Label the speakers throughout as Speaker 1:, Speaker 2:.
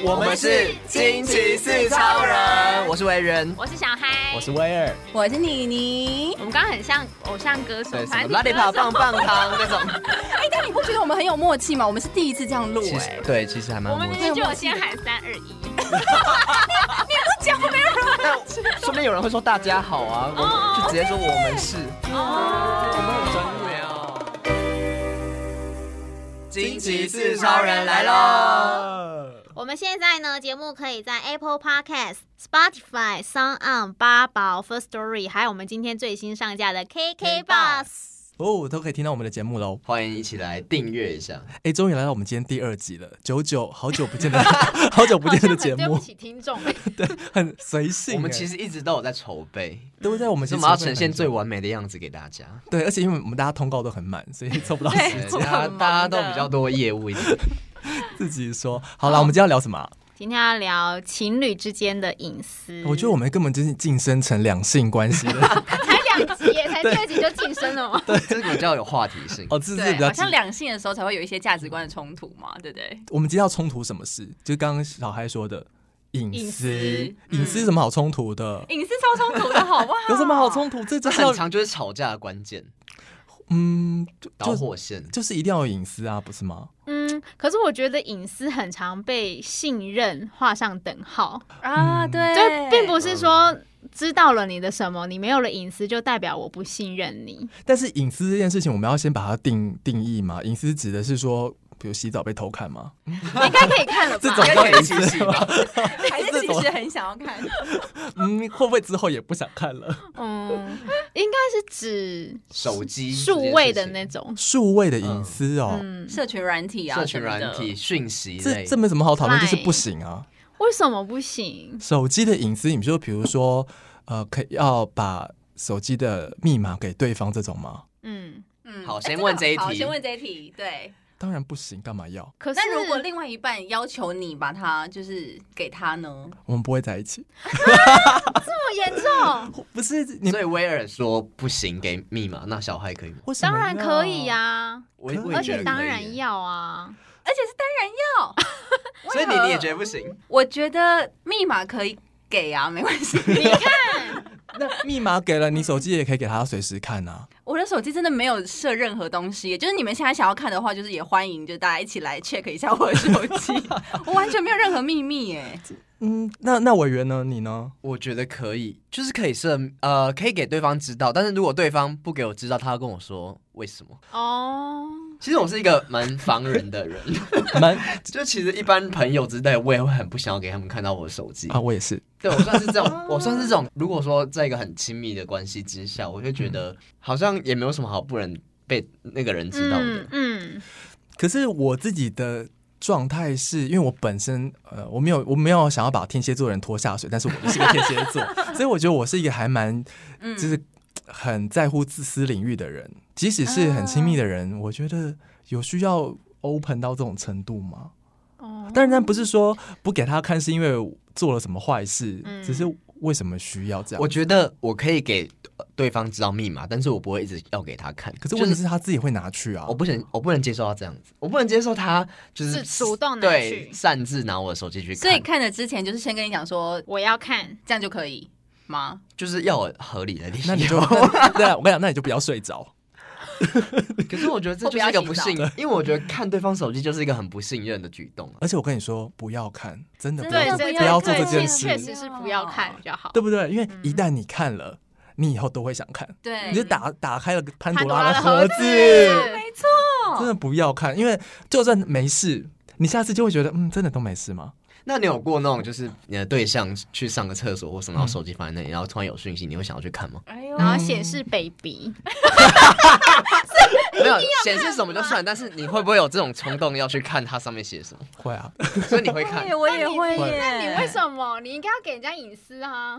Speaker 1: 我
Speaker 2: 我们是惊奇四超人，我是维人，
Speaker 3: 我是小嗨，
Speaker 1: 我是威尔，
Speaker 4: 我是妮妮
Speaker 3: 我。们刚刚很像偶像歌手
Speaker 2: 对，，什
Speaker 3: 反
Speaker 2: 么
Speaker 3: 正
Speaker 2: 拉力跑棒棒糖那种，
Speaker 4: 哎、但你不觉得我们很有默契吗？我们是第一次这样录、
Speaker 2: 其
Speaker 4: 哎
Speaker 2: 实，对，其实还蛮
Speaker 3: 我们
Speaker 2: 默
Speaker 3: 明
Speaker 2: 契。
Speaker 3: 明就有先喊三二一，
Speaker 2: 但说不定有人会说大家好啊，我
Speaker 3: 哦
Speaker 2: 们就直接说我们是，
Speaker 3: 哦，
Speaker 2: 我们很专业哦。惊奇四
Speaker 3: 超人来喽！
Speaker 5: 我们现在呢，节目可以在 Apple Podcast、Spotify、Sound On、八宝、First Story，还有我们今天最新上架的 KK Bus。
Speaker 6: 哦，都可以听到我们的节目喽。
Speaker 2: 欢迎一起来订阅一下，
Speaker 6: 哎，终于来到我们今天第二集了，九九好久不见的， 好久不
Speaker 3: 好
Speaker 6: 见
Speaker 3: 像很
Speaker 6: 的节
Speaker 3: 对不
Speaker 6: 目，
Speaker 3: 起听众，
Speaker 6: 很随性哎。
Speaker 2: 我们其实一直都有在筹备，
Speaker 6: 对不对？我
Speaker 2: 可
Speaker 6: 们
Speaker 2: 是
Speaker 6: 其
Speaker 2: 我
Speaker 6: 实
Speaker 2: 们要
Speaker 6: 筹备
Speaker 2: 呈现
Speaker 6: 很久
Speaker 2: 最完美的样子给大家。
Speaker 6: 对，而且因为我们大家通告都很满，所以凑不到 时
Speaker 2: 对
Speaker 6: 间
Speaker 2: 大家大家都比较多业 务一点，
Speaker 6: 自己说。好了，我们今天要聊什么啊？
Speaker 5: 今天要聊情侣之间的隐私。
Speaker 6: 哦我觉得我们根本就是晋升成两性关 系了。
Speaker 3: 才两集耶，才第二集就晋升了吗？
Speaker 2: 这个比较有话题性。
Speaker 6: 哦，这是
Speaker 4: 对
Speaker 6: 比，较
Speaker 4: 好像
Speaker 6: 激
Speaker 4: 两性的时候才会有一些价值观的冲突嘛，对不对？
Speaker 6: 我们今天要冲突什么事？就是刚刚小嗨说的隐
Speaker 3: 隐
Speaker 6: 私
Speaker 3: 私，嗯哦
Speaker 6: 隐私有什么好冲突的？
Speaker 4: 隐私超冲突的好不好？
Speaker 6: 有什么好冲突？这
Speaker 2: 这
Speaker 6: 就是要
Speaker 2: 很常就是吵架的关键，
Speaker 6: 嗯，就
Speaker 2: 导
Speaker 6: 就
Speaker 2: 火线。
Speaker 6: 就是一定要有隐私啊，不是吗？
Speaker 3: 嗯，可是我觉得隐私很常被信任画上等号，
Speaker 2: 嗯
Speaker 4: 啊？对，
Speaker 3: 就并不是说知道了你的什么，你没有了隐私就代表我不信任你。
Speaker 6: 但是隐私这件事情，我们要先把它定定义嘛。隐私指的是说，比如洗澡被偷 看吗？
Speaker 3: 应该可以看了吧？
Speaker 6: 这种叫隐私吗？
Speaker 4: 还是其实很想要看。
Speaker 6: 嗯，会不会之后也不想看 了？
Speaker 3: 嗯，应该是指
Speaker 2: 手机
Speaker 3: 数位的那
Speaker 2: 种
Speaker 3: 种，
Speaker 6: 数位的隐私哦，
Speaker 3: 嗯，
Speaker 4: 社群软体啊，
Speaker 2: 社群
Speaker 4: 什么
Speaker 2: 软
Speaker 4: 的
Speaker 2: 体、讯息
Speaker 6: 这
Speaker 2: 类，
Speaker 6: 这没什么好讨论，
Speaker 3: Line
Speaker 6: 就是不行啊。
Speaker 3: 为什么不行？
Speaker 6: 手机的隐私，你们就比如说，呃，可以要把手机的密码给对方这种吗？
Speaker 3: 嗯，
Speaker 4: 嗯
Speaker 2: 好
Speaker 4: 哎
Speaker 2: 先
Speaker 4: 个
Speaker 2: 问这一
Speaker 4: 好
Speaker 2: 题
Speaker 4: 先问这一题。对，
Speaker 6: 当然不行，干嘛要？
Speaker 3: 可是
Speaker 4: 那如果另外一半要求你把它就是给他呢？
Speaker 6: 我们不会在一起。
Speaker 3: 这么严重，
Speaker 6: 不是你
Speaker 2: 所以威尔说不行，给密码。那小孩可以吗？
Speaker 6: 为什么
Speaker 3: 当然可以啊
Speaker 6: 呀、
Speaker 3: 呀、
Speaker 2: 我
Speaker 6: 可以
Speaker 2: 我也
Speaker 3: 而
Speaker 2: 觉
Speaker 3: 且
Speaker 2: 得
Speaker 3: 当
Speaker 2: 可以
Speaker 3: 然
Speaker 2: 耶。
Speaker 3: 要啊。
Speaker 4: 而且是当然要。
Speaker 2: 所以你你也觉得不行？
Speaker 4: 我觉得密码可以给啊，没关 系。
Speaker 6: 那密码给了你，手机也可以给他随时看啊。
Speaker 4: 我的手机真的没有设任何东西，就是你们现在想要看的话，就是也欢迎，就大家一起来 check 一下我的手 机，我完全没有任何秘密耶。
Speaker 6: 嗯，那那委员呢？你呢？
Speaker 2: 我觉得可以，就是可以设呃，可以给对方知道。但是如果对方不给我知道，他要跟我说为什么？
Speaker 3: 哦，
Speaker 2: 其实我是一个蛮防人的人，
Speaker 6: 蛮
Speaker 2: 就其实一般朋友之类，我也会很不想要给他们看到我的手机
Speaker 6: 啊，我也是。
Speaker 2: 对我算是这 种，我算是这种。如果说在一个很亲密的关系之下，我就觉得
Speaker 6: 嗯
Speaker 2: 好像也没有什么好不能被那个人知道的。
Speaker 3: 嗯嗯，
Speaker 6: 可是我自己的状态是因为我本身呃，我没有我没有想要把天蝎座人拖下水，但是我就是个天蝎座，所以我觉得我是一个还蛮
Speaker 4: 嗯
Speaker 6: 就是很在乎自私领域的人，即使是很亲密的人，我觉得有需要 open 到这种程度吗？
Speaker 3: 哦，
Speaker 6: 当然不是说不给他看是因为做了什么坏事，
Speaker 3: 嗯
Speaker 6: 只是为什么需要这样
Speaker 2: 我？觉得我可以给呃对方知道密码，但是我不会一直要给他看。
Speaker 6: 可
Speaker 2: 就
Speaker 6: 是问题是他自己会拿去啊
Speaker 2: 我，不能，我不能接受他这样子，我不能接受他就是
Speaker 3: 是主动拿
Speaker 2: 对
Speaker 3: 去
Speaker 2: 擅自拿我的手机去看，
Speaker 4: 所以看了之前就是先跟你讲说
Speaker 3: 我要看，
Speaker 4: 这样就可以吗？
Speaker 2: 就是要有合理的理由。
Speaker 6: 那你就 那对啊，我跟你讲，那你就不要睡着。
Speaker 2: 可是我觉得这就是一个不 信，因为我觉得看对方手机就是一个很不信任的举动啊。
Speaker 6: 而且我跟你说，不要看，真的不
Speaker 3: 对
Speaker 6: 要
Speaker 3: 对
Speaker 6: 不要做
Speaker 3: 对
Speaker 6: 这件
Speaker 3: 确
Speaker 6: 事，
Speaker 3: 确实是不要看比较好。
Speaker 6: 对不对？因为一旦你看了，你以后都会想看，
Speaker 4: 对
Speaker 6: 你就打打开了潘
Speaker 3: 潘
Speaker 6: 多
Speaker 3: 多拉
Speaker 6: 拉的
Speaker 3: 的
Speaker 6: 盒
Speaker 3: 盒
Speaker 6: 子，
Speaker 3: 子，
Speaker 6: 真的不要看，因为就算没事，你下次就会觉得，嗯，真的都没事吗？
Speaker 2: 那你有过那种就是你的对象去上个厕所或什么，然后手机放在那里，然后突然有讯息，你会想要去看吗？
Speaker 4: 哎呦
Speaker 3: 然后显示 baby，
Speaker 2: 没有显示什么就算，但是你会不会有这种冲动要去看它上面写什么？
Speaker 6: 会啊，
Speaker 2: 所以你会看
Speaker 4: 对，我也会耶。
Speaker 3: 那你为什么？你应该要给人家隐私啊，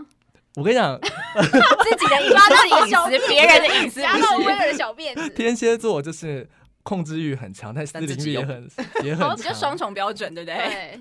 Speaker 6: 我跟你讲，
Speaker 4: 自己的隐私是隐私，别人的隐私
Speaker 3: 夹到威尔的小辫 子。
Speaker 6: 天蝎座就是控制欲很强，但私
Speaker 2: 但自
Speaker 6: 领
Speaker 2: 己
Speaker 6: 域也
Speaker 2: 又
Speaker 6: 很也
Speaker 4: 然后
Speaker 6: 很
Speaker 4: 就双
Speaker 6: 强。
Speaker 4: 重标准，对不对？
Speaker 3: 对，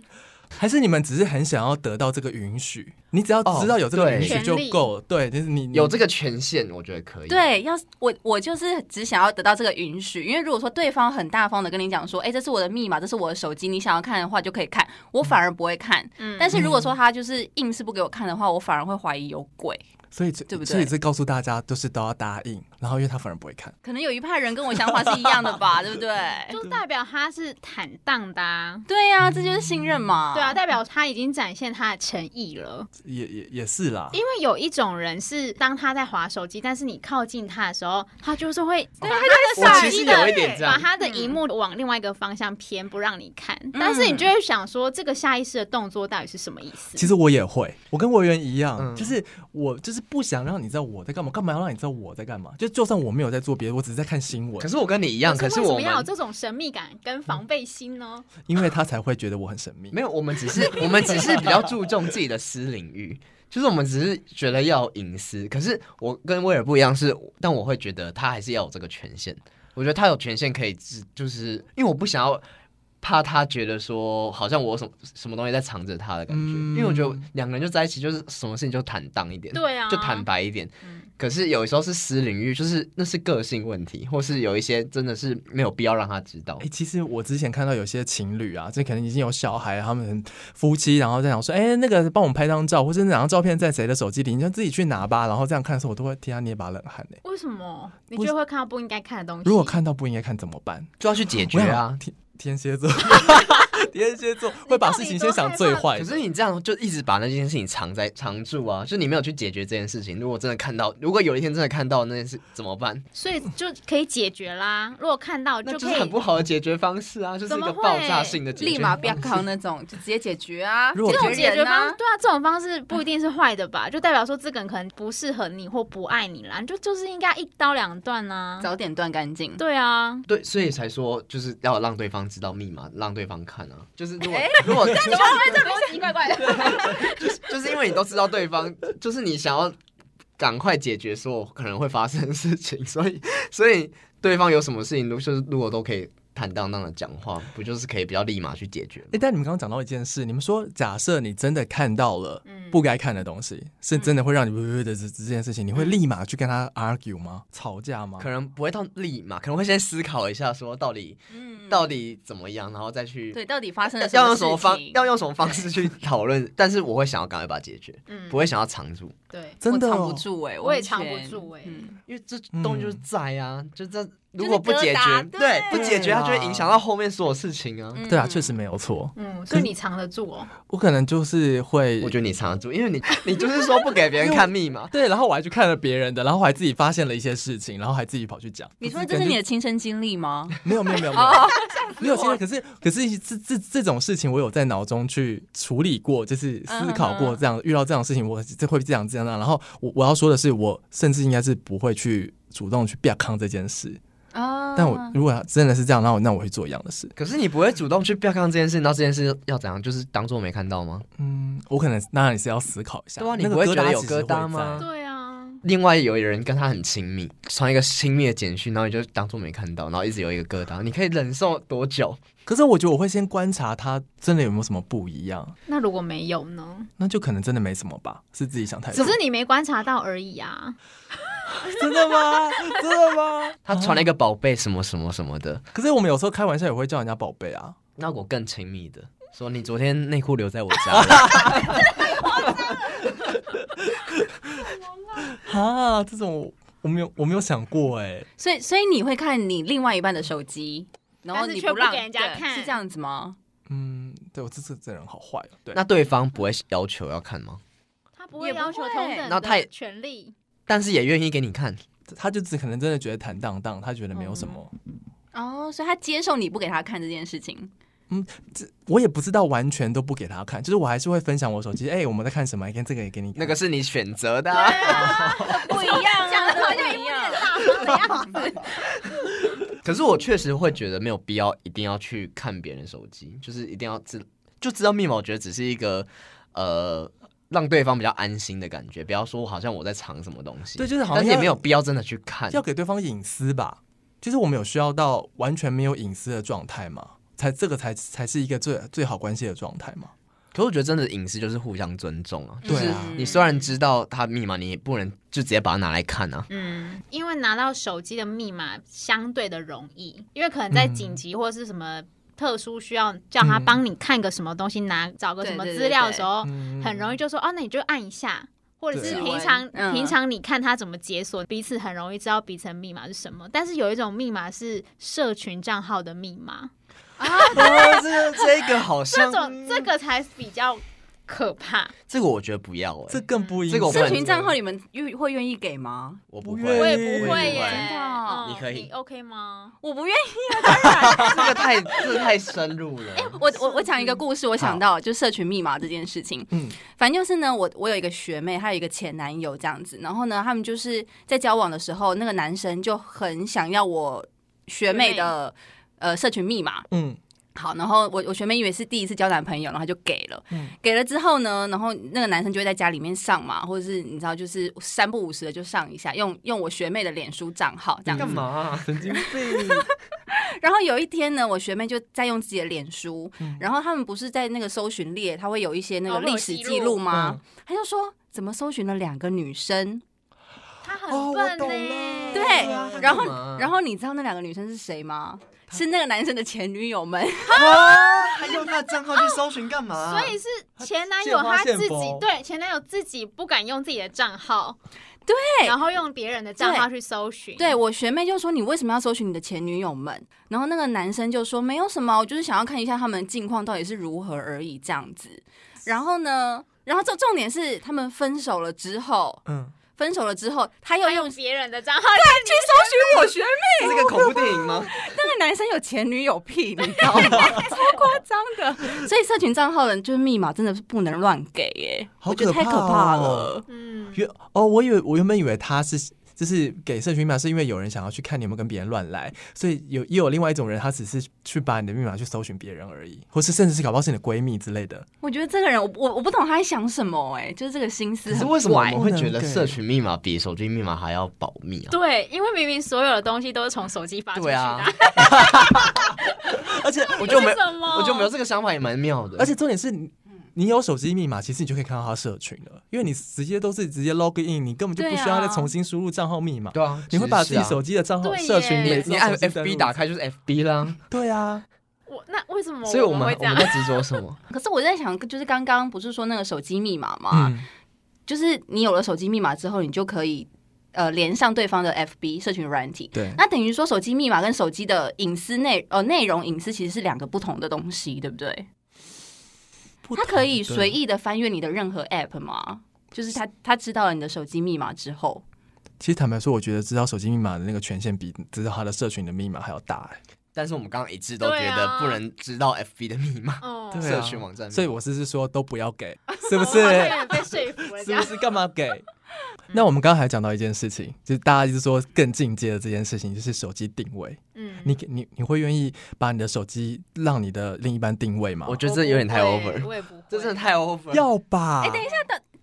Speaker 6: 还是你们只是很想要得到这个允许？你只要知道有这
Speaker 2: 哦
Speaker 6: 个
Speaker 2: 对
Speaker 6: 允许就够了，对，就是你
Speaker 2: 有这个权限，我觉得可以。，
Speaker 4: 对，要是我我就是只想要得到这个允许，因为如果说对方很大方的跟你讲说，哎、这是我的密码，这是我的手机，你想要看的话就可以看，我反而不会看。
Speaker 5: 嗯
Speaker 4: 但是如果说他就是硬是不给我看的话，我反而会怀疑有鬼。
Speaker 6: 所以这
Speaker 4: 对不对
Speaker 6: 所以这告诉大家就是都要答应，然后因为他反而不会看，
Speaker 4: 可能有一派人跟我想法是一样的 吧，对不对？
Speaker 3: 就代表他是坦荡的、啊。
Speaker 4: 对呀、这就是信任嘛。
Speaker 3: 对啊，，代表他已经展现他的诚意了。
Speaker 6: 也也也是
Speaker 2: 啊
Speaker 6: 啦
Speaker 3: 因。为有一种人是，当他在划手机，但是你靠近他的时候，他就是会对
Speaker 2: 哦我
Speaker 3: 他
Speaker 2: 其实有一点这
Speaker 3: 把
Speaker 2: 样，
Speaker 3: 他的荧幕往另外一个方向偏，不让你看。
Speaker 4: 嗯
Speaker 3: 但是你就会想说，这个下意识的动作到底是什么意思？
Speaker 6: 其实我也会，我跟委员一样，
Speaker 2: 嗯
Speaker 6: 就是我就是不想让你知道我在干嘛，干嘛要让你知道我在干嘛？就就算我没有在做别的，我只是在看新闻
Speaker 2: 可，是我跟你一样，可是
Speaker 3: 为什
Speaker 2: 我
Speaker 3: 么
Speaker 2: 们嗯
Speaker 3: 要有这种神秘感跟防备心呢？
Speaker 6: 因为他才会觉得我很神秘。
Speaker 2: 没有，我们只 是我们只是比较注重自己的私领域，就是我们只是觉得要有隐私。可是我跟威尔不一样是，但我会觉得他还是要有这个权限。我觉得他有权限可以知，就是因为我不想要怕他觉得说好像我有什么什么东西在藏着他的感觉，
Speaker 6: 嗯
Speaker 2: 因为我觉得两个人就在一起，就是什么事情就坦荡一点，
Speaker 3: 对啊，
Speaker 2: 就坦白一点。可是有时候是私领域，就是那是个性问题，或是有一些真的是没有必要让他知道
Speaker 6: 哎、。其实我之前看到有些情侣啊，这可能已经有小孩，他们夫妻，然后在想说，哎、那个帮我们拍张照，或者哪张照片在谁的手机里，你就自己去拿吧。然后这样看的时候，我都会替他捏把冷 汗呢、
Speaker 3: 为什么你就会看到不应该看的东西？
Speaker 6: 如果看到不应该看怎么办？
Speaker 2: 就要去解决
Speaker 6: 我
Speaker 2: 啊
Speaker 6: 想！天 天蝎座，天蝎座会把事情先想最坏的。
Speaker 2: 可是你这样就一直把那件事情藏在藏住啊，就你没有去解决这件事情。如果真的看到，如果有一天真的看到那件事怎么办？
Speaker 3: 所以就可以解决啦。如果看到
Speaker 2: 那
Speaker 3: 就
Speaker 2: 就是
Speaker 3: 可
Speaker 2: 很
Speaker 3: 以
Speaker 2: 不好的解决方式啊，就是一个
Speaker 3: 怎么会
Speaker 2: 爆炸性的解决。
Speaker 4: 立马不要靠那种，就直接解决啊。
Speaker 6: 如果
Speaker 4: 这种
Speaker 3: 解决
Speaker 4: 人
Speaker 3: 方
Speaker 4: 啊，
Speaker 3: 对啊，这种方式不一定是坏的吧？就代表说这个人可能不适合你或不爱你啦，你就就是应该一刀两断啊。
Speaker 4: 早点断干净。
Speaker 3: 对啊，
Speaker 2: 对，所以才说就是要让对方知道密码，让对方看啊。就是如果、如果
Speaker 3: 奇怪怪的。
Speaker 2: 就是因为你都知道对方，就是你想要赶快解决所有可能会发生的事情，所以 所以对方有什么事情，如就是如果都可以坦荡荡的讲话，不就是可以比较立马去解决吗
Speaker 6: 哎、？但你们刚刚讲到一件事，你们说假设你真的看到了
Speaker 3: 嗯
Speaker 6: 不该看的东西，是真的会让你不不的这这件事情，你会立马去跟他 argue 吗？吵架吗？
Speaker 2: 可能不会到立马，可能会先思考一下，说到底、
Speaker 4: 嗯，
Speaker 2: 到底怎么样，然后再去
Speaker 4: 对，到底发生了
Speaker 2: 要
Speaker 4: 么
Speaker 2: 用
Speaker 4: 事
Speaker 2: 什
Speaker 4: 情
Speaker 2: 么方要用什么方式去讨论。但是我会想要赶快把它解决，
Speaker 3: 嗯
Speaker 2: 不会想要藏住，
Speaker 3: 对，
Speaker 6: 真的、
Speaker 4: 我藏
Speaker 6: 哦
Speaker 4: 不，住哎、
Speaker 3: 我也
Speaker 4: 完全
Speaker 3: 藏不住哎
Speaker 4: 嗯
Speaker 2: 因为这东西就是在啊，就这如
Speaker 4: 是
Speaker 2: 果不解
Speaker 4: 疙瘩
Speaker 2: 决，
Speaker 4: 对
Speaker 2: 不解决，它就会影响到后面所有事情啊。
Speaker 4: 嗯
Speaker 6: 对啊，确实没有错。
Speaker 3: 嗯，所以你藏得住哦。
Speaker 6: 我可能就是会，
Speaker 2: 我觉得你藏得住，因为你你就是说不给别人看密码，
Speaker 6: 对，然后我还去看了别人的，然后我还自己发现了一些事情，然后还自己跑去讲。
Speaker 4: 你说
Speaker 6: 就
Speaker 4: 这是
Speaker 6: 感
Speaker 4: 你
Speaker 6: 觉
Speaker 4: 的亲身经历吗？
Speaker 6: 没有没有没有没有
Speaker 4: 哦
Speaker 6: 没有现在，可是可是这这这种事情，我有在脑中去处理过，就是思
Speaker 4: 嗯
Speaker 6: 考
Speaker 4: 嗯
Speaker 6: 过
Speaker 4: 嗯
Speaker 6: 这样、遇到这种事情，我这会这样这样那样。然后我我要说的是，我甚至应该是不会去主动去表抗这件事。
Speaker 4: 啊
Speaker 6: 但我如果真的是这样，那我那我会做一样的事。
Speaker 2: 可是你不会主动去不要看这件事，然后这件事要怎样，就是当做没看到吗？
Speaker 6: 嗯，我可能那也是要思考一下。
Speaker 2: 对啊你
Speaker 6: 那个
Speaker 2: 不会
Speaker 6: 疙瘩
Speaker 2: 觉得有
Speaker 6: 其实会
Speaker 2: 疙瘩吗
Speaker 6: 在
Speaker 3: 对啊，
Speaker 2: 另外有一个人跟他很亲密，传一个亲密的简讯，然后你就当做没看到，然后一直有一个疙瘩，你可以忍受多久？
Speaker 6: 可是我觉得我会先观察他真的有没有什么不一样，
Speaker 3: 那如果没有呢？
Speaker 6: 那就可能真的没什么吧，是自己想太
Speaker 3: 只
Speaker 6: 多。
Speaker 3: 是你没观察到而已啊。
Speaker 6: 真的 吗？真的吗？
Speaker 2: 他传了一个宝贝什么什么什么的，
Speaker 6: 可是我们有时候开玩笑也会叫人家宝贝啊。
Speaker 2: 那我更亲密的说你昨天内裤留在我家了，
Speaker 6: 啊，这种我没有我没有想过哎、
Speaker 4: 所以所以你会看你另外一半的手机，然后
Speaker 3: 但是
Speaker 4: 你
Speaker 3: 却不
Speaker 4: 让
Speaker 3: 给人家
Speaker 4: 对
Speaker 3: 看
Speaker 4: 是这样子吗？
Speaker 6: 嗯，对我这次这人好坏哦。对，
Speaker 2: 那对方不会要求要看吗？
Speaker 3: 他不会
Speaker 4: 也不
Speaker 3: 要求
Speaker 4: 会
Speaker 3: 同等
Speaker 2: 那他
Speaker 3: 的
Speaker 2: 也
Speaker 3: 权利，
Speaker 2: 但是也愿意给你看，
Speaker 6: 他就只可能真的觉得坦荡荡，他觉得没有什
Speaker 2: 嗯
Speaker 6: 么。
Speaker 4: 哦，所以他接受你不给他看这件事情，
Speaker 6: 我也不知道完全都不给他看，就是我还是会分享我手机，哎、我们在看什么？跟这个也给你看
Speaker 2: 那个是你选择的、啊。
Speaker 4: 不一样啊，好像一样。
Speaker 2: 可是我确实会觉得没有必要一定要去看别人手机，就是一定要知就知道密码，我觉得只是一个呃让对方比较安心的感觉，不要说好像我在藏什么东西。
Speaker 6: 对就是好像
Speaker 2: 但是也没有必要真的去看。
Speaker 6: 要给对方隐私吧？就是我们有需要到完全没有隐私的状态吗？才这个才才是一个最最好关系的状态吗？
Speaker 2: 可是我觉得真的隐私就是互相尊重啊，就是
Speaker 6: 对啊
Speaker 2: 你虽然知道他密码，你也不能就直接把它拿来看啊。
Speaker 3: 嗯，因为拿到手机的密码相对的容易，因为可能在
Speaker 6: 嗯
Speaker 3: 紧急或是什么特殊需要叫他帮你看个什么东西，拿找个什么资料的时候，
Speaker 6: 嗯
Speaker 3: 很容易就说哦，那你就按一下。或者是
Speaker 6: 对
Speaker 4: 啊
Speaker 3: 平常、
Speaker 4: 嗯
Speaker 3: 平常你看他怎么解锁，彼此很容易知道彼此的密码是什么。但是有一种密码是社群账号的密码，
Speaker 2: 啊， 这这个好
Speaker 3: 这
Speaker 2: 像
Speaker 3: 种
Speaker 6: 嗯
Speaker 3: 这个才比较可怕。
Speaker 2: 这个我觉得不要哎、
Speaker 6: 这更不应
Speaker 2: 这个我不
Speaker 4: 社
Speaker 2: 能
Speaker 4: 群账号你们愿会愿意给吗？
Speaker 2: 我
Speaker 6: 不
Speaker 2: 不
Speaker 6: 愿
Speaker 3: 我
Speaker 2: 会，
Speaker 3: 也
Speaker 6: 意
Speaker 3: 不会耶，
Speaker 2: 真
Speaker 4: 的哦
Speaker 3: 嗯
Speaker 2: 你可以
Speaker 3: OK 吗？
Speaker 4: 我不愿意。
Speaker 2: 这个太这个太深入
Speaker 3: 哎
Speaker 2: 了。
Speaker 4: 我我我讲一个故事，我想到就社群密码这件事情。
Speaker 6: 嗯
Speaker 4: 反正就是呢，我我有一个学妹，她有一个前男友这样子，然后呢，他们就是在交往的时候，那个男生就很想要我学妹的呃社群密码。
Speaker 6: 嗯
Speaker 4: 好，然后我我学妹以为是第一次交男朋友，然后她就给了，
Speaker 6: 嗯
Speaker 4: 给了之后呢，然后那个男生就会在家里面上嘛，或者是你知道，就是三不五十的就上一下，用用我学妹的脸书账号这样子
Speaker 2: 干。嘛啊、
Speaker 6: 神经病，
Speaker 4: 然后有一天呢，我学妹就在用自己的脸书，然后他们不是在那个搜寻列，他会有一些那个
Speaker 3: 哦会有
Speaker 4: 历史
Speaker 3: 记
Speaker 4: 记
Speaker 3: 录
Speaker 4: 录吗？他就说怎么搜寻了两个女生，
Speaker 3: 他很
Speaker 6: 哦我
Speaker 3: 笨呢、
Speaker 6: 懂了
Speaker 4: 对
Speaker 6: 对啊他
Speaker 4: 然
Speaker 2: 干嘛
Speaker 4: 后然后你知道那两个女生是谁吗？是那个男生的前女友们，
Speaker 2: 还用他的账号去搜寻干嘛、
Speaker 3: 所以是前男友
Speaker 6: 见花
Speaker 3: 他
Speaker 6: 见
Speaker 3: 自己
Speaker 6: 佛
Speaker 3: 对前男友自己不敢用自己的账号，
Speaker 4: 对
Speaker 3: 然后用别人的账号去搜寻，
Speaker 4: 对我学妹就说你为什么要搜寻你的前女友们？然后那个男生就说没有什么，我就是想要看一下他们近况到底是如何而已这样子。然后呢，然后重重点是他们分手了之后，
Speaker 6: 嗯，
Speaker 4: 分手了之后他又
Speaker 3: 他
Speaker 4: 用
Speaker 3: 用
Speaker 4: 去
Speaker 3: 别人的账号，
Speaker 4: 搜寻我学
Speaker 2: 这是个恐怖电影吗？
Speaker 4: 那个男生有前女友癖，你知道吗？超夸张的。所以社群账号的就是密码真的是不能乱给耶，
Speaker 6: 好
Speaker 4: 我觉得太可怕了。
Speaker 3: 嗯，
Speaker 6: 原哦，我以为我原本以为他是。就是给社群密码，是因为有人想要去看你有没有跟别人乱来，所以有也有另外一种人，他只是去把你的密码去搜寻别人而已，或是甚至是搞不好是你的闺蜜之类的。
Speaker 4: 我觉得这个人，我我我不懂他在想什么哎，就是这个心思
Speaker 2: 可是
Speaker 4: 很
Speaker 2: 为什么我
Speaker 4: 怪
Speaker 2: 们。会觉得社群密码比手机密码还要保密啊？
Speaker 3: 对，因为明明所有的东西都是从手机发出去
Speaker 2: 对
Speaker 3: 的
Speaker 2: 啊
Speaker 3: 啊，
Speaker 6: 而且
Speaker 2: 我就没
Speaker 3: 为啊什么
Speaker 2: 我就没有这个想法，也蛮妙的。
Speaker 6: 而且重点是你，
Speaker 4: 嗯
Speaker 6: 你有手机密码，其实你就可以看到他社群了，因为你直接都是直接 log in，你根本就不需要再
Speaker 4: 啊
Speaker 6: 重新输入账号密码。
Speaker 2: 对啊，
Speaker 6: 你会把自己手
Speaker 2: 机、
Speaker 6: 机的账号
Speaker 3: 对耶
Speaker 6: 社群
Speaker 2: 你
Speaker 6: 连接
Speaker 2: 你按
Speaker 6: 重新登录
Speaker 2: FB 打。开就是 FB 啦，
Speaker 6: 对啊，
Speaker 3: 我那为什么
Speaker 2: 所以我
Speaker 3: 们
Speaker 2: 们
Speaker 3: 会这
Speaker 2: 我
Speaker 3: 样
Speaker 2: 们？在执着什 么？
Speaker 4: 可是我在想，就是刚刚不是说那个手机密码
Speaker 2: 啊
Speaker 4: 吗？
Speaker 6: 嗯，
Speaker 4: 就是你有了手机密码之后，你就可以呃连上对方的 FB 社群软体。
Speaker 6: 对，
Speaker 4: 那等于说，手机密码跟手机的隐私内呃内容隐私其实是两个不同的东西，对不对？他可以随
Speaker 6: 意。
Speaker 4: 意的翻阅你的任何 App 吗？就是他他知道了你的手机密码之后，
Speaker 6: 其实坦白说，我觉得知道手机密码的那个权限比知道他的社群的密码还要大、哎
Speaker 2: 但是我们刚刚一致都
Speaker 3: 对
Speaker 2: 觉
Speaker 3: 啊
Speaker 2: 得不能知道 FB 的密码，
Speaker 3: 哦，
Speaker 6: 对啊
Speaker 2: 社群网站密码，
Speaker 6: 所以我是是说都不要 给，是不
Speaker 3: 我好像有
Speaker 6: 是？
Speaker 3: 点被说服了，这
Speaker 6: 是不
Speaker 3: 样
Speaker 6: 是干嘛给？那我们刚才还讲到一件事情，就是大家一直说更进阶的这件事情，就是手机定位。
Speaker 3: 嗯，
Speaker 6: 你你你会愿意把你的手机让你的另一半定位吗？
Speaker 2: 我觉得这有点太
Speaker 3: 我不
Speaker 2: over，
Speaker 3: 会
Speaker 2: 了
Speaker 3: 我也不会，
Speaker 2: 这真的太 over 了。
Speaker 6: 要吧？哎、等一下，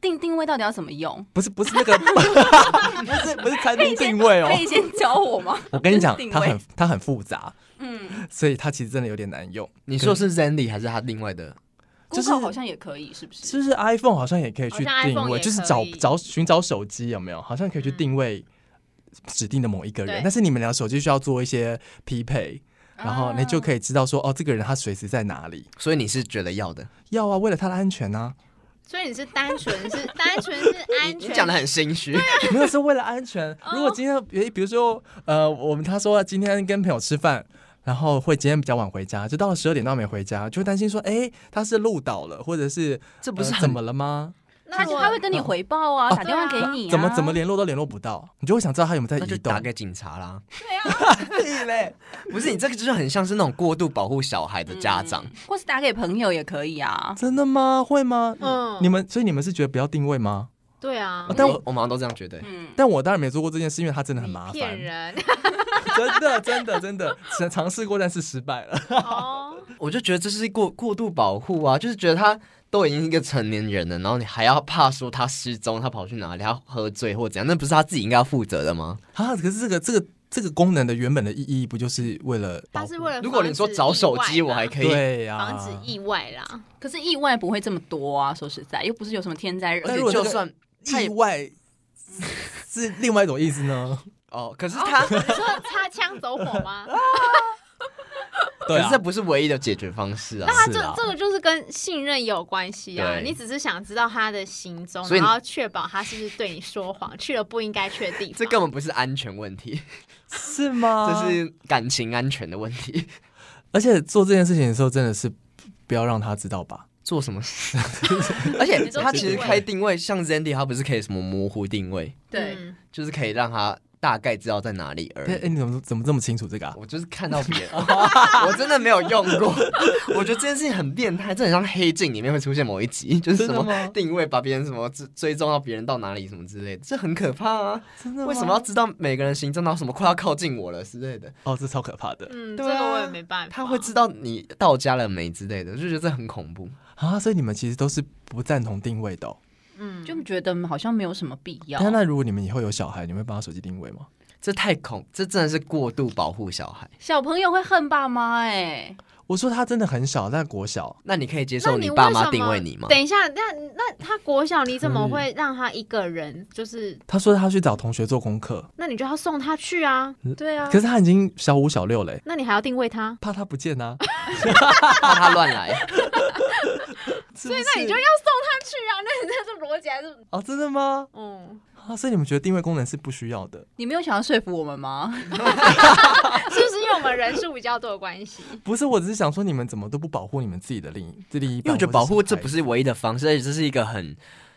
Speaker 4: 定定位到底要怎么用？
Speaker 6: 不是不是 那个，不是不是餐厅定位哦
Speaker 4: 可。以先教我吗？
Speaker 6: 我跟你讲
Speaker 4: 定，位
Speaker 6: 它很它很复杂，
Speaker 4: 嗯
Speaker 6: 所以它其实真的有点难用。
Speaker 2: 你说是 Zendy 还是他另外的？
Speaker 6: 就是
Speaker 4: Google 好像也可以，是不是？
Speaker 6: 就是 iPhone 好像也可以去
Speaker 3: 好像
Speaker 6: 定
Speaker 3: iPhone
Speaker 6: 位，
Speaker 3: 也
Speaker 6: 就是
Speaker 3: 可
Speaker 6: 找
Speaker 3: 以
Speaker 6: 找寻找手机有没有？好像可以去
Speaker 3: 嗯
Speaker 6: 定位指定的某一个人，
Speaker 3: 对啊
Speaker 6: 但是你们俩手机需要做一些匹配，然后你就可以知道说，哦，这个人他随时在哪里。
Speaker 2: 所以你是觉得要的？
Speaker 6: 要啊，为了他的安全啊，
Speaker 3: 所以你是单纯是单纯是
Speaker 2: 你
Speaker 3: 安
Speaker 2: 你
Speaker 3: 全，
Speaker 2: 讲的很心虚。
Speaker 3: 啊
Speaker 6: 没有是为了 安全。
Speaker 3: 哦
Speaker 6: 如果今天比比如说呃，我们他说今天跟朋友吃饭。然后会今天比较晚回家，就到了十二点都没回家，就会担心说，哎，他是路倒了，或者是
Speaker 2: 这
Speaker 6: 呃怎么了吗？
Speaker 3: 那
Speaker 4: 他
Speaker 3: 如果
Speaker 4: 他会跟你回报啊，打电话给你、啊，
Speaker 6: 哦怎么怎么联络都联络不到，你就会想知道他有没有在
Speaker 2: 那就
Speaker 6: 移动
Speaker 2: 打。给警察啦！
Speaker 3: 对啊。
Speaker 2: 对嘞，不是你这个就是很像是那种过度保护小孩的家长，
Speaker 4: 嗯或是打给朋友也可以啊。
Speaker 6: 真的吗？会吗？
Speaker 3: 嗯
Speaker 6: 你们所以你们是觉得不要定位吗？
Speaker 3: 对啊
Speaker 2: 啊，
Speaker 6: 但
Speaker 2: 但
Speaker 6: 哦我
Speaker 2: 我我马上都这样觉
Speaker 6: 欸
Speaker 2: 得。
Speaker 4: 嗯，
Speaker 6: 但我当然没做过这件事，因为它真的很
Speaker 3: 你
Speaker 6: 麻烦
Speaker 3: 骗，人
Speaker 6: 真的真的真的尝尝试过，但是失败了。
Speaker 3: 哦，
Speaker 2: 我就觉得这是过过度保护啊，就是觉得他都已经是一个成年人了，然后你还要怕说他失踪，他跑去哪里，他喝醉或怎样，那不是他自己应该要负责的吗？
Speaker 6: 啊，可是这个这个这个功能的原本的意义不就是为了
Speaker 3: 它
Speaker 6: 保护？
Speaker 3: 是为了
Speaker 2: 如果你说找手机，我还
Speaker 3: 以
Speaker 2: 可以。
Speaker 6: 对啊呀、
Speaker 3: 防
Speaker 2: 啊
Speaker 3: 止意外啦。
Speaker 4: 可是意外不会这么多啊，说实在，又不是有什么天灾人
Speaker 2: 而
Speaker 6: 但
Speaker 2: 且
Speaker 6: 如
Speaker 4: 祸。
Speaker 6: 果
Speaker 2: 就
Speaker 6: 那个
Speaker 2: 算
Speaker 4: 它也
Speaker 6: 意外是另外一种意思呢？
Speaker 2: 哦，可是它，
Speaker 3: 你说擦枪走火 吗？
Speaker 6: 对
Speaker 2: 可
Speaker 6: 啊
Speaker 2: 是这，不是唯一的解决方式啊。
Speaker 3: 那
Speaker 6: 是啦
Speaker 3: 这这个就是跟信任有关系啊。
Speaker 2: 对
Speaker 3: 你只是想知道他的行踪，
Speaker 2: 所以
Speaker 3: 然
Speaker 2: 你
Speaker 3: 后确保他是不是对你说谎，去了不应该去的地方。
Speaker 2: 这根本不是安全问题，
Speaker 6: 是吗？
Speaker 2: 这是感情安全的问题。
Speaker 6: 而且做这件事情的时候，真的是不要让他知道吧？
Speaker 2: 做什么事？ 而且
Speaker 3: 你说
Speaker 2: 他其实
Speaker 3: 定位
Speaker 2: 开定位，像 Zandy 他不是可以什么模糊定位，
Speaker 4: 对，
Speaker 3: 嗯
Speaker 2: 就是可以让他大概知道在哪里而
Speaker 6: 哎、哎
Speaker 2: 已。
Speaker 6: 你怎么怎么这么清楚这个啊？
Speaker 2: 我就是看到别人， 我真的没有用过。 我觉得这件事情很变态，这很像《黑镜》里面会出现某一集，就是什
Speaker 6: 真的吗
Speaker 2: 么定位把别人什么追追踪到别人到哪里什么之类的，这很可怕啊！
Speaker 6: 真的吗
Speaker 2: 为什么要知道每个人行踪，然后什么快要靠近我了之类的？
Speaker 6: 哦，这超可怕的
Speaker 3: 嗯，这
Speaker 2: 对啊
Speaker 3: 个我也没办法。
Speaker 2: 他会知道你到家了没之类的，我就觉得这很恐怖。
Speaker 6: 啊！所以你们其实都是不赞同定位的、哦。
Speaker 3: 嗯，就
Speaker 4: 就觉得好像没有什么必要。
Speaker 6: 那那如果你们以后有小孩，你们会帮他手机定位吗？
Speaker 2: 这太恐，这真的是过度保护小孩。
Speaker 4: 小朋友会恨爸妈哎、
Speaker 6: 我说他真的很小，但国小
Speaker 2: 那你可以接
Speaker 3: 那
Speaker 2: 受
Speaker 3: 你
Speaker 2: 爸
Speaker 3: 为什
Speaker 2: 妈
Speaker 3: 么
Speaker 2: 定位你吗？嗯
Speaker 3: 等一下，那那他国小你怎么
Speaker 6: 可以
Speaker 3: 会让他一个人？就是
Speaker 6: 他说他去找同学做功课，
Speaker 3: 那你就要送他去啊，
Speaker 2: 嗯
Speaker 4: 对啊
Speaker 6: 可，是他已经小五小六嘞、
Speaker 3: 那你还要定位他，
Speaker 6: 怕他不见 啊。
Speaker 2: 怕他乱来，
Speaker 6: 所以
Speaker 3: 那你就要送他去啊。那你这是逻辑还是
Speaker 6: 哦，真的吗？
Speaker 3: 嗯？
Speaker 6: 啊，所以你们觉得定位功能是不需要的？
Speaker 4: 你没有想要说服我们 吗？
Speaker 3: 是不是因为我们人数比较多的关系？
Speaker 6: 不是，我只是想说你们怎么都不保护你们自己的另一这另一
Speaker 2: 因
Speaker 6: 半，
Speaker 2: 为我觉得保护这不
Speaker 6: 是
Speaker 2: 是唯一的方式，而且这是一个很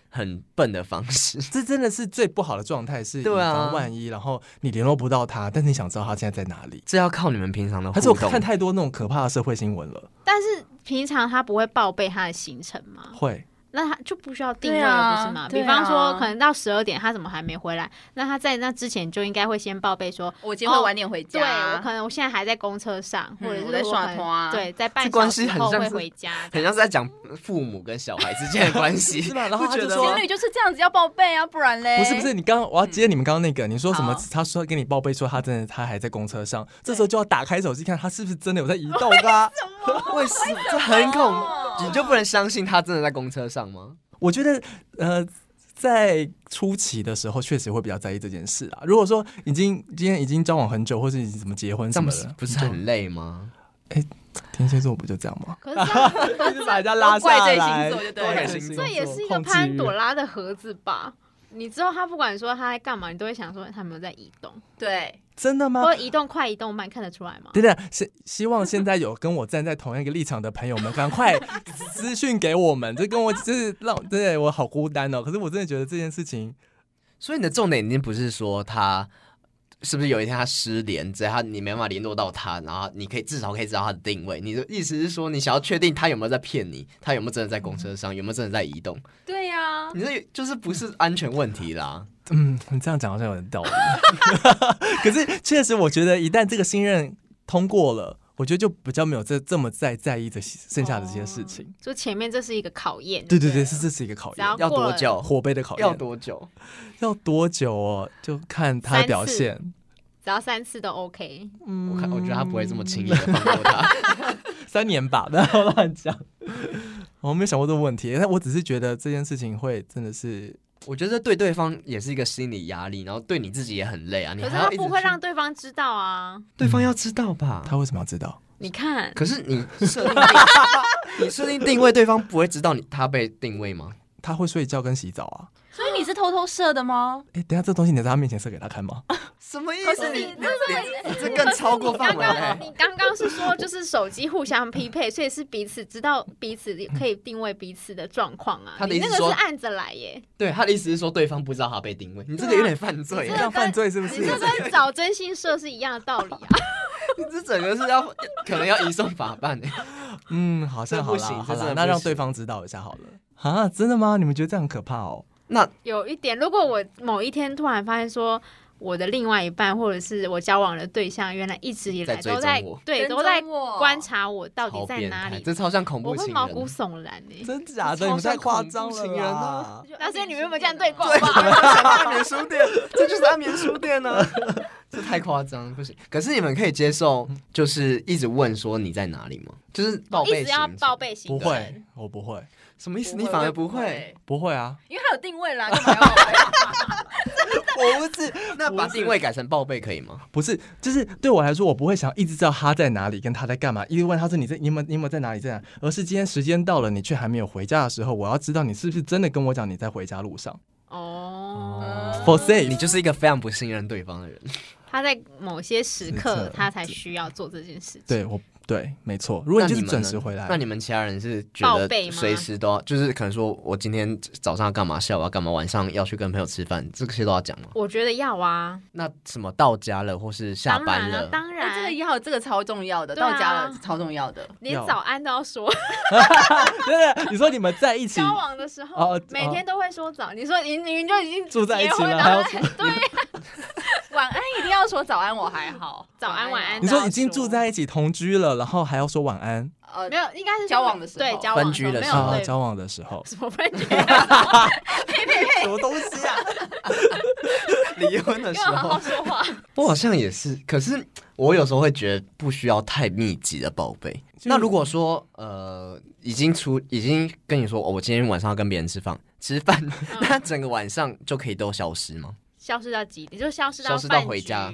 Speaker 2: 很笨的方式。
Speaker 6: 这真的是最不好的状态，是以
Speaker 2: 对啊
Speaker 6: 防万一，然后你联络不到他，但是你想知道他现在在哪里。
Speaker 2: 这要靠你们平常的
Speaker 6: 还
Speaker 2: 互
Speaker 6: 是我
Speaker 2: 动。
Speaker 6: 看太多那种可怕的社会新闻了，
Speaker 3: 但是平常他不会报备他的行程吗？
Speaker 6: 会
Speaker 3: 那他就不需要定位
Speaker 4: 对
Speaker 3: 了，
Speaker 4: 啊
Speaker 3: 不是吗？
Speaker 4: 对啊
Speaker 3: 比方说，可能到十二点他怎么还没回来？那他在那之前就应该会先报备说，
Speaker 4: 我今天会晚点回
Speaker 3: 对
Speaker 4: 家。
Speaker 3: 我可能我现在还在公车上，
Speaker 4: 啊嗯
Speaker 3: 或者是
Speaker 4: 我在
Speaker 3: 可
Speaker 4: 耍
Speaker 3: 能
Speaker 4: 团啊
Speaker 3: 对，在半
Speaker 2: 这关
Speaker 3: 小
Speaker 2: 系
Speaker 3: 时
Speaker 2: 很
Speaker 3: 后
Speaker 2: 像
Speaker 3: 会
Speaker 2: 是
Speaker 3: 回 家。
Speaker 2: 很像是在讲父母跟小孩之间的关系，
Speaker 6: 是吧然后
Speaker 2: 不
Speaker 6: 他
Speaker 2: 觉
Speaker 6: 就
Speaker 2: 得
Speaker 6: 说
Speaker 2: 吗
Speaker 4: 情侣就是这样子要报备啊，不然嘞？
Speaker 6: 不是不是，，你刚刚我要
Speaker 3: 嗯
Speaker 6: 接你们刚刚那个，你说什么
Speaker 4: 好？
Speaker 6: 他说跟你报备说他真的他还在公车上，这时候就要打开手机看他是不是真的有在移动啊？
Speaker 2: 为什么这很恐怖？你就不能相信他真的在公车上吗？
Speaker 6: 我觉得呃，在初期的时候确实会比较在意这件事啊。如果说已经今天已经交往很久，或是已经怎么结婚
Speaker 2: 这样
Speaker 6: 什么
Speaker 2: 不是
Speaker 6: 的，
Speaker 2: 不是很累吗？
Speaker 6: 天蝎座不就这 样吗？
Speaker 3: 可是这样
Speaker 6: 就是把人家
Speaker 4: 拉
Speaker 6: 拉
Speaker 4: 下
Speaker 6: 下
Speaker 4: 来
Speaker 6: 来，
Speaker 4: 都
Speaker 2: 怪星座
Speaker 3: 这也是一个潘朵拉的盒子吧？你知道他不管说他在干嘛，你都会想说他有没有在移动，
Speaker 4: 对，
Speaker 6: 真的
Speaker 2: 呃
Speaker 6: 吗
Speaker 3: 或？者移动快、移动慢，看得出来 吗？
Speaker 6: 等等，希希望现在有跟我站在同样一个立场的朋友们，赶快私讯给我们。这跟我就是让对我好孤单哦。可是我真的觉得这件事情，
Speaker 2: 所以你的重点已经不是说他是不是有一天他失联，只要他你没办法联络到他，然后你可以至少可以知道他的定位。你的意思是说，你想要确定他有没有在骗你，他有没有真的在公车上，有没有真的在移动？
Speaker 4: 对啊呀、
Speaker 2: 你这就是不是安全问题啦。
Speaker 6: 嗯，你这样讲好像有点道理。 可是确实，我觉得一旦这个信任通过了，我觉得就比较没有这这么在在意这些剩下的这些事情。
Speaker 3: 就前面这是一个考验，
Speaker 6: 对
Speaker 3: 不
Speaker 6: 对对，是这是一个考
Speaker 3: 只哦要
Speaker 6: 验，呃
Speaker 2: 要
Speaker 3: 啊过
Speaker 2: 多
Speaker 3: 了
Speaker 2: 久？
Speaker 6: 火杯的考验，
Speaker 2: 要多久？
Speaker 6: 要多久哦？就看他的表
Speaker 3: 三次
Speaker 6: 现。
Speaker 3: 只要三次都 OK。
Speaker 6: 嗯
Speaker 2: 我看，我觉得他不会这么轻易的放过他。
Speaker 6: 三年吧，不要乱讲。 我没有想过这个问题，但我只是觉得这件事情会真的是，
Speaker 2: 我觉得这对对方也是一个心理压力，然后对你自己也很累啊。你
Speaker 3: 可是
Speaker 2: 还
Speaker 3: 他
Speaker 2: 要一直
Speaker 3: 不会
Speaker 2: 去
Speaker 3: 让对方知道啊！
Speaker 2: 对方要知道吧？
Speaker 6: 他为什么要知道？
Speaker 3: 你看，
Speaker 2: 可是你设定定你设定定位，对方不会知道你他被定位吗？
Speaker 6: 他会睡觉跟洗澡啊？
Speaker 4: 所以你是偷偷射 的吗？
Speaker 6: 哎、等一下这东西你在他面前射给他看吗？
Speaker 2: 什么意
Speaker 4: 可是你
Speaker 2: 你你这更超过范
Speaker 3: 刚
Speaker 2: 围 了哎
Speaker 3: 刚。你刚刚是说就是手机互相匹配，所以是彼此知道彼此可以定位彼此的状况啊。
Speaker 2: 他的
Speaker 3: 你
Speaker 2: 意思
Speaker 3: 那个是
Speaker 2: 说
Speaker 3: 按着来耶，
Speaker 2: 对他的意思是说，对方不知道他被定位，你这个有点犯罪
Speaker 3: 你
Speaker 2: 耶，
Speaker 3: 这
Speaker 6: 要犯罪是不是
Speaker 3: 你？这跟找真心社是一样的道理啊。
Speaker 2: 你这整个是要可能要移送法办欸耶。
Speaker 6: 嗯，好像
Speaker 2: 这
Speaker 6: 好
Speaker 2: 不行
Speaker 6: 啦，好
Speaker 2: 这真
Speaker 6: 啦，
Speaker 2: 的
Speaker 6: 那
Speaker 2: 不
Speaker 6: 让
Speaker 2: 行
Speaker 6: 对方知道一下好了。啊，真的吗？你们觉得这样很可怕哦？
Speaker 2: 那
Speaker 3: 有一点，如果我某一天突然发现说。我的另外一半，或者是我交往的对象，原来一直以来
Speaker 2: 在追
Speaker 3: 都在
Speaker 2: 踪我
Speaker 4: 跟
Speaker 3: 对
Speaker 4: 踪
Speaker 3: 都在
Speaker 4: 我
Speaker 3: 观察我到底
Speaker 2: 超
Speaker 3: 在
Speaker 2: 变
Speaker 3: 哪
Speaker 2: 态，
Speaker 3: 里，
Speaker 2: 这超像恐
Speaker 3: 我
Speaker 2: 怖
Speaker 3: 会
Speaker 2: 情
Speaker 3: 毛骨
Speaker 2: 人。
Speaker 3: 悚然欸呢、
Speaker 6: 真假
Speaker 2: 这
Speaker 6: 的？你们
Speaker 2: 超像
Speaker 6: 太夸
Speaker 2: 恐怖
Speaker 6: 张了
Speaker 2: 情人
Speaker 6: 啦
Speaker 2: 啊！
Speaker 3: 那所以你们有没有这样对过？
Speaker 2: 对，我想到你的书店，这就是安眠书店呢、这太夸张，不行。可是你们可以接受，就是一直问说你在哪里吗？就是报备
Speaker 3: 哦一直要
Speaker 2: 行程
Speaker 3: 报备行
Speaker 6: 不
Speaker 3: 程，
Speaker 6: 会，我不会，
Speaker 2: 什么意思？你反而不会？，
Speaker 6: 不会啊，
Speaker 4: 因为它有定位 啦，干嘛要报备？
Speaker 2: 我不是，那把定位改成报备可以吗？
Speaker 6: 不是，就是对我来说，我不会想一直知道他在哪里，跟他在干嘛，一直问他说你在，你有没有，你有没有在哪里，在哪里？而是今天时间到了，你却还没有回家的时候，我要知道你是不是真的跟我讲你在回家路上。
Speaker 3: 哦，
Speaker 6: For safe，
Speaker 2: 你就是一个非常不信任对方的人。
Speaker 3: 他在某些时
Speaker 6: 时
Speaker 3: 刻
Speaker 6: 刻
Speaker 3: 他才需要做这件事情。
Speaker 6: 对我对，没错。如果
Speaker 2: 那
Speaker 6: 你就是
Speaker 2: 你们
Speaker 6: 准
Speaker 2: 呢
Speaker 6: 时回来，
Speaker 2: 那你们其他人是觉
Speaker 3: 报
Speaker 2: 得
Speaker 3: 备吗
Speaker 2: 随时都要，就是可能说我今天早上要干嘛，下午要干嘛，晚上要去跟朋友吃饭，这些都要讲吗？
Speaker 3: 我觉得要啊，
Speaker 2: 那什么到家了或是下
Speaker 3: 当
Speaker 2: 班
Speaker 3: 然
Speaker 2: 了
Speaker 3: 了，，当
Speaker 4: 哎这个
Speaker 3: 然，
Speaker 4: 要，这个超重要的，
Speaker 3: 对啊
Speaker 4: 到家了超重要的。
Speaker 3: 连早安都要说。
Speaker 6: 对对，你说你们在一起
Speaker 3: 交往的时候
Speaker 6: 哦，
Speaker 3: 每天都会说早。你说你你你就已经
Speaker 6: 住在一起
Speaker 3: 结婚
Speaker 6: 了，
Speaker 3: 了
Speaker 6: 还要
Speaker 4: 晚安一定要说早安，我还好。
Speaker 3: 早安晚安
Speaker 6: 你说已经住在一起同居了，然后还要说晚安
Speaker 4: 呃
Speaker 3: 没，有，应该是说
Speaker 4: 交往的时候
Speaker 3: 对交往
Speaker 2: 分居的
Speaker 3: 时
Speaker 2: 时候
Speaker 3: 候
Speaker 6: 啊
Speaker 3: 没
Speaker 6: 啊
Speaker 3: 有对
Speaker 6: 交往的时
Speaker 3: ，
Speaker 6: 候
Speaker 3: 什么分居，
Speaker 6: 什么东西啊？
Speaker 2: 离婚的时
Speaker 3: 要好好
Speaker 2: 候，
Speaker 3: 说话。
Speaker 2: 我好像也是，可是我有时候会觉得不需要太密集的报备。
Speaker 6: 就
Speaker 2: 那如果说呃已经出已经跟你说、哦我今天晚上要跟别人吃饭吃饭，
Speaker 3: 嗯
Speaker 2: 那整个晚上就可以都消失吗？
Speaker 3: 消失到几点？就消失到
Speaker 2: 消失到
Speaker 3: 饭
Speaker 2: 回
Speaker 3: 局
Speaker 2: 家。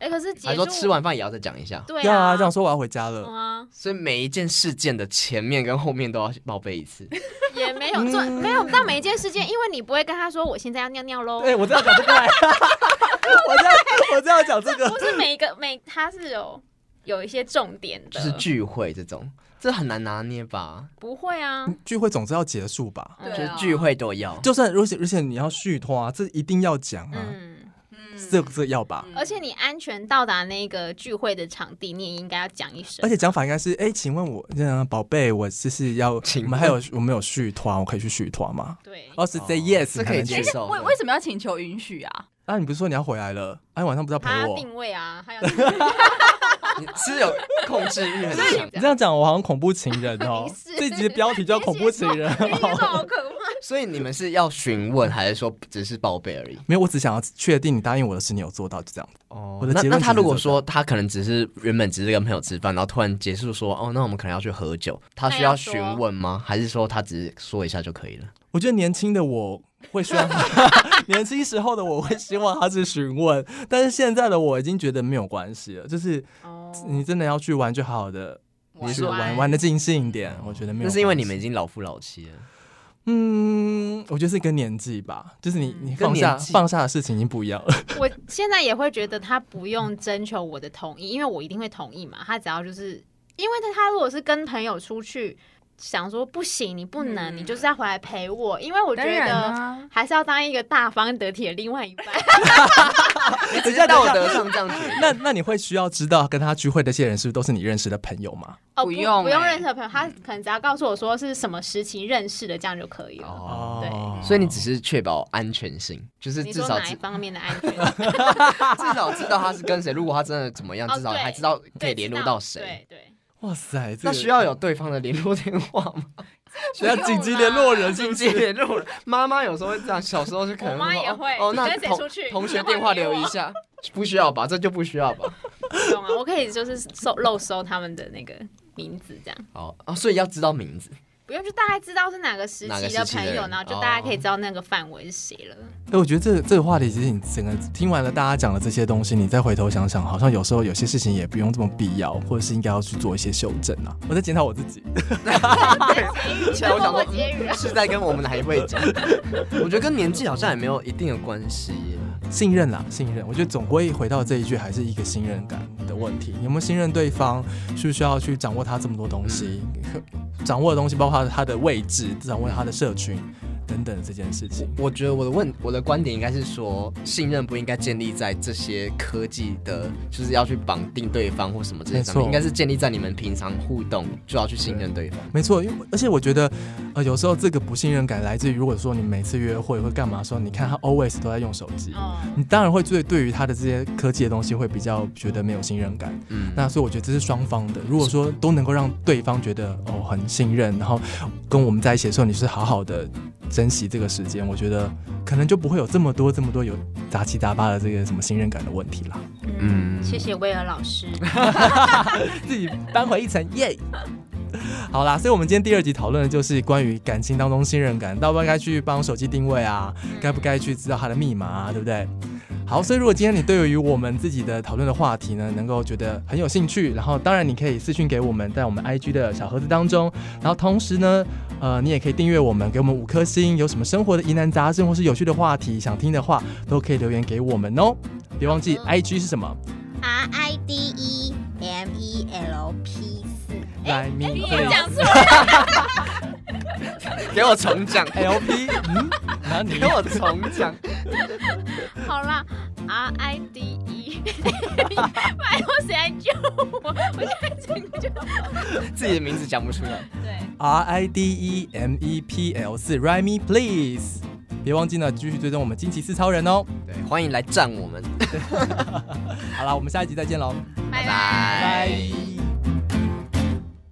Speaker 3: 哎，可是结
Speaker 2: 还说
Speaker 3: 束
Speaker 2: 吃完饭也要再讲一下？
Speaker 3: 对
Speaker 6: 对啊，
Speaker 3: 啊，
Speaker 6: 这样说我要回家
Speaker 3: 嗯
Speaker 6: 了。
Speaker 3: 啊，
Speaker 2: 所以每一件事件的前面跟后面都要报备一次。
Speaker 3: 也没有做，没有到每一件事件，因为你不会跟他说我现在要尿尿喽。
Speaker 6: 哎，我这样讲这个， 我这样我这样讲这 个
Speaker 3: 不是每一个每他是有有一些重点的，
Speaker 2: 就是聚会这种，这很难拿捏吧？
Speaker 3: 不会啊，
Speaker 6: 聚会总是要结束吧？
Speaker 4: 啊
Speaker 3: 嗯
Speaker 2: 就是聚会都要，
Speaker 6: 就算而且而且你要续托啊，这一定要讲啊，
Speaker 3: 嗯，
Speaker 6: 这这要
Speaker 4: 嗯
Speaker 6: 吧？
Speaker 3: 而且你安全到达那个聚会的场地，你也应该要讲一声
Speaker 6: 而。且讲法应该是，哎，请问我，嗯宝贝，我就是要，我
Speaker 2: 请
Speaker 6: 们还有我们有续团，我可以去续团吗？
Speaker 3: 对，
Speaker 6: 哦，是 say yes，
Speaker 2: 这可以
Speaker 6: 你才
Speaker 2: 接
Speaker 6: 能去。
Speaker 2: 受。
Speaker 3: 哎
Speaker 4: 为为什么要请求允许啊？
Speaker 6: 啊，你不是说你要回来了？啊，你晚上不是要陪
Speaker 3: 他要
Speaker 6: 我？
Speaker 3: 定位啊， 还有。
Speaker 2: 你是有控制欲很强，
Speaker 6: 你这样讲，我好像恐怖情人哦
Speaker 3: 是。
Speaker 6: 这集的标题叫恐怖情人
Speaker 3: 这些都好可怕。
Speaker 2: 所以你们是要询问，还是说只是报备而已？
Speaker 6: 没有，我只想要确定你答应我的事，你有做到，就这样。
Speaker 2: 哦
Speaker 6: 我的
Speaker 2: 那
Speaker 6: 结
Speaker 2: 那
Speaker 6: 论其
Speaker 2: 他
Speaker 6: 实
Speaker 2: 如
Speaker 6: 就
Speaker 2: 果
Speaker 6: 是
Speaker 2: 说他可能只是原本只是跟朋友吃饭，然后突然结束说，哦，那我们可能要去喝酒，他需
Speaker 3: 那要
Speaker 2: 要
Speaker 3: 说
Speaker 2: 询问吗？还是说他只是说一下就可以了？
Speaker 6: 我觉得年轻的我会希望，年轻时候的我会希望他是询问，但是现在的我已经觉得没有关系了。就是
Speaker 3: 哦，
Speaker 6: 你真的要去玩，就好好的，
Speaker 4: 玩
Speaker 6: 就是玩
Speaker 3: 玩
Speaker 6: 玩的尽兴一点。我觉得没有。
Speaker 2: 那是因为你们已，经老夫老妻了，
Speaker 6: 嗯，我觉得是跟年纪吧，就是你你
Speaker 2: 跟
Speaker 6: 放下
Speaker 2: 嗯年纪
Speaker 6: 放下的事情已经不一样了。
Speaker 3: 我现在也会觉得他不用征求我的同意，因为我一定会同意嘛。他只要就是，因为他如果是跟朋友出去，想说不行，你不能，
Speaker 4: 嗯
Speaker 3: 你就是要回来陪我，因为我觉
Speaker 4: 当然
Speaker 3: 得
Speaker 4: 啊
Speaker 3: 还是要当一个大方得体的另外一半。
Speaker 2: 只是道德上这样觉得。
Speaker 6: 那那你会需要知道跟他聚会的这些人是不是都是你认识的朋友吗？
Speaker 3: 哦，
Speaker 4: 不
Speaker 3: 不
Speaker 4: 用
Speaker 3: 不用
Speaker 4: 欸
Speaker 3: 认识的朋友，他可能只要告诉我说是什么时期认识的，这样就可以了。
Speaker 2: 哦，
Speaker 3: 对
Speaker 2: 所以你只是确保安全性，就是
Speaker 3: 你
Speaker 2: 至
Speaker 3: 说
Speaker 2: 少
Speaker 3: 哪
Speaker 2: 知
Speaker 3: 一方面的安全？
Speaker 2: 至少知道他是跟谁。如果他真的怎么样，
Speaker 3: 哦
Speaker 2: 至少
Speaker 3: 对
Speaker 2: 还知道可以
Speaker 3: 对
Speaker 2: 联
Speaker 3: 知
Speaker 2: 络
Speaker 3: 道
Speaker 2: 到谁。
Speaker 3: 对对，
Speaker 6: 哇塞，这哎
Speaker 2: 那
Speaker 6: 个
Speaker 2: 需要有对嗯方的联络电话 吗？
Speaker 6: 需要紧急联络人，是
Speaker 2: 经
Speaker 6: 不
Speaker 2: 济
Speaker 6: 是？
Speaker 2: 联络人，妈妈有时候会这样，小时候就可能
Speaker 3: 我妈也
Speaker 2: 说
Speaker 3: 会
Speaker 2: 哦，
Speaker 3: 你
Speaker 2: 那
Speaker 3: 跟谁
Speaker 2: 同
Speaker 3: 出去
Speaker 2: 同学
Speaker 3: 你会
Speaker 2: 电话
Speaker 3: 给
Speaker 2: 留一
Speaker 3: 我
Speaker 2: 下，不需要吧？这就不需要吧？
Speaker 3: 不用啊，我可以就是搜漏搜他们的那个名字这样。
Speaker 2: 哦哦，所以要知道名字。
Speaker 3: 不用，就大概知道是哪个时
Speaker 2: 哪个
Speaker 3: 期
Speaker 2: 时
Speaker 3: 的
Speaker 2: 期
Speaker 3: 朋
Speaker 2: 的
Speaker 3: 友，
Speaker 2: 人
Speaker 3: 然后就
Speaker 2: 哦
Speaker 3: 大概可以知道那个范围是谁了。
Speaker 6: 哎，我觉得这这个话题，其实你整个听完了大家讲的这些东西，你再回头想想，好像有时候有些事情也不用这么必要，或者是应该要去做一些修正啊。我在检讨我自己，
Speaker 2: 起来我想说
Speaker 3: 默默结语啊
Speaker 2: 嗯是在跟我们哪一位讲？ 我觉得跟年纪好像也没有一定的关系耶。
Speaker 6: 信任啦，信任，我觉得总归回到这一句，还是一个信任感的问题。你有没有信任对方？需不需要去掌握他这么多东西？掌握的东西包括他的位置，掌握他的社群等等这件事情。
Speaker 2: 我觉得我的问我的观点应该是说，信任不应该建立在这些科技的，就是要去绑定对方或什么这些上
Speaker 6: 没
Speaker 2: 面，
Speaker 6: 错
Speaker 2: 应该是建立在你们平常互动就要去信任对方。
Speaker 6: 没错，因为而且我觉得，呃，有时候这个不信任感来自于，如果说你每次约会会干嘛的时候，你看他 always 都在用手机，
Speaker 3: 哦，
Speaker 6: 你当然会对对于他的这些科技的东西会比较觉得没有信任感。
Speaker 2: 嗯，
Speaker 6: 那所以我觉得这是双方的，如果说都能够让对方觉得哦很信任，然后跟我们在一起的时候你是好好的珍惜这个时间，我觉得可能就不会有这么多这么多有杂七杂八的这个什么信任感的问题啦。
Speaker 2: 嗯
Speaker 3: 谢谢威尔老师。
Speaker 6: 自己搬回一层，耶！好啦，所以我们今天第二集讨论的就是关于感情当中信任感，到不该去帮手机定位啊，该不该去知道它的密码啊，对不对？好，所以如果今天你对于我们自己的讨论的话题呢，能够觉得很有兴趣，然后当然你可以私讯给我们，在我们 IG 的小盒子当中，然后同时呢，呃，你也可以订阅我们，给我们五颗星，有什么生活的疑难杂症或是有趣的话题想听的话，都可以留言给我们哦。别忘记
Speaker 5: 好的
Speaker 6: IG 是什么？
Speaker 5: R I D E M E L P 四。
Speaker 6: 来，米
Speaker 3: 你
Speaker 6: 对
Speaker 3: 也讲错，
Speaker 2: 给我重讲，
Speaker 6: LP，嗯，然后你
Speaker 2: 给我重讲，
Speaker 3: 好啦，R I D E，拜托谁来救我？我现在整个就
Speaker 2: 自己的名字讲不出来。
Speaker 3: 对，
Speaker 6: R I D E M E P L 四 r i m e please。别忘记呢，继续追踪我们惊奇四超人哦。
Speaker 2: 对，欢迎来赞我们，
Speaker 6: 好啦，我们下一集再见喽，
Speaker 3: 拜拜。
Speaker 2: 拜。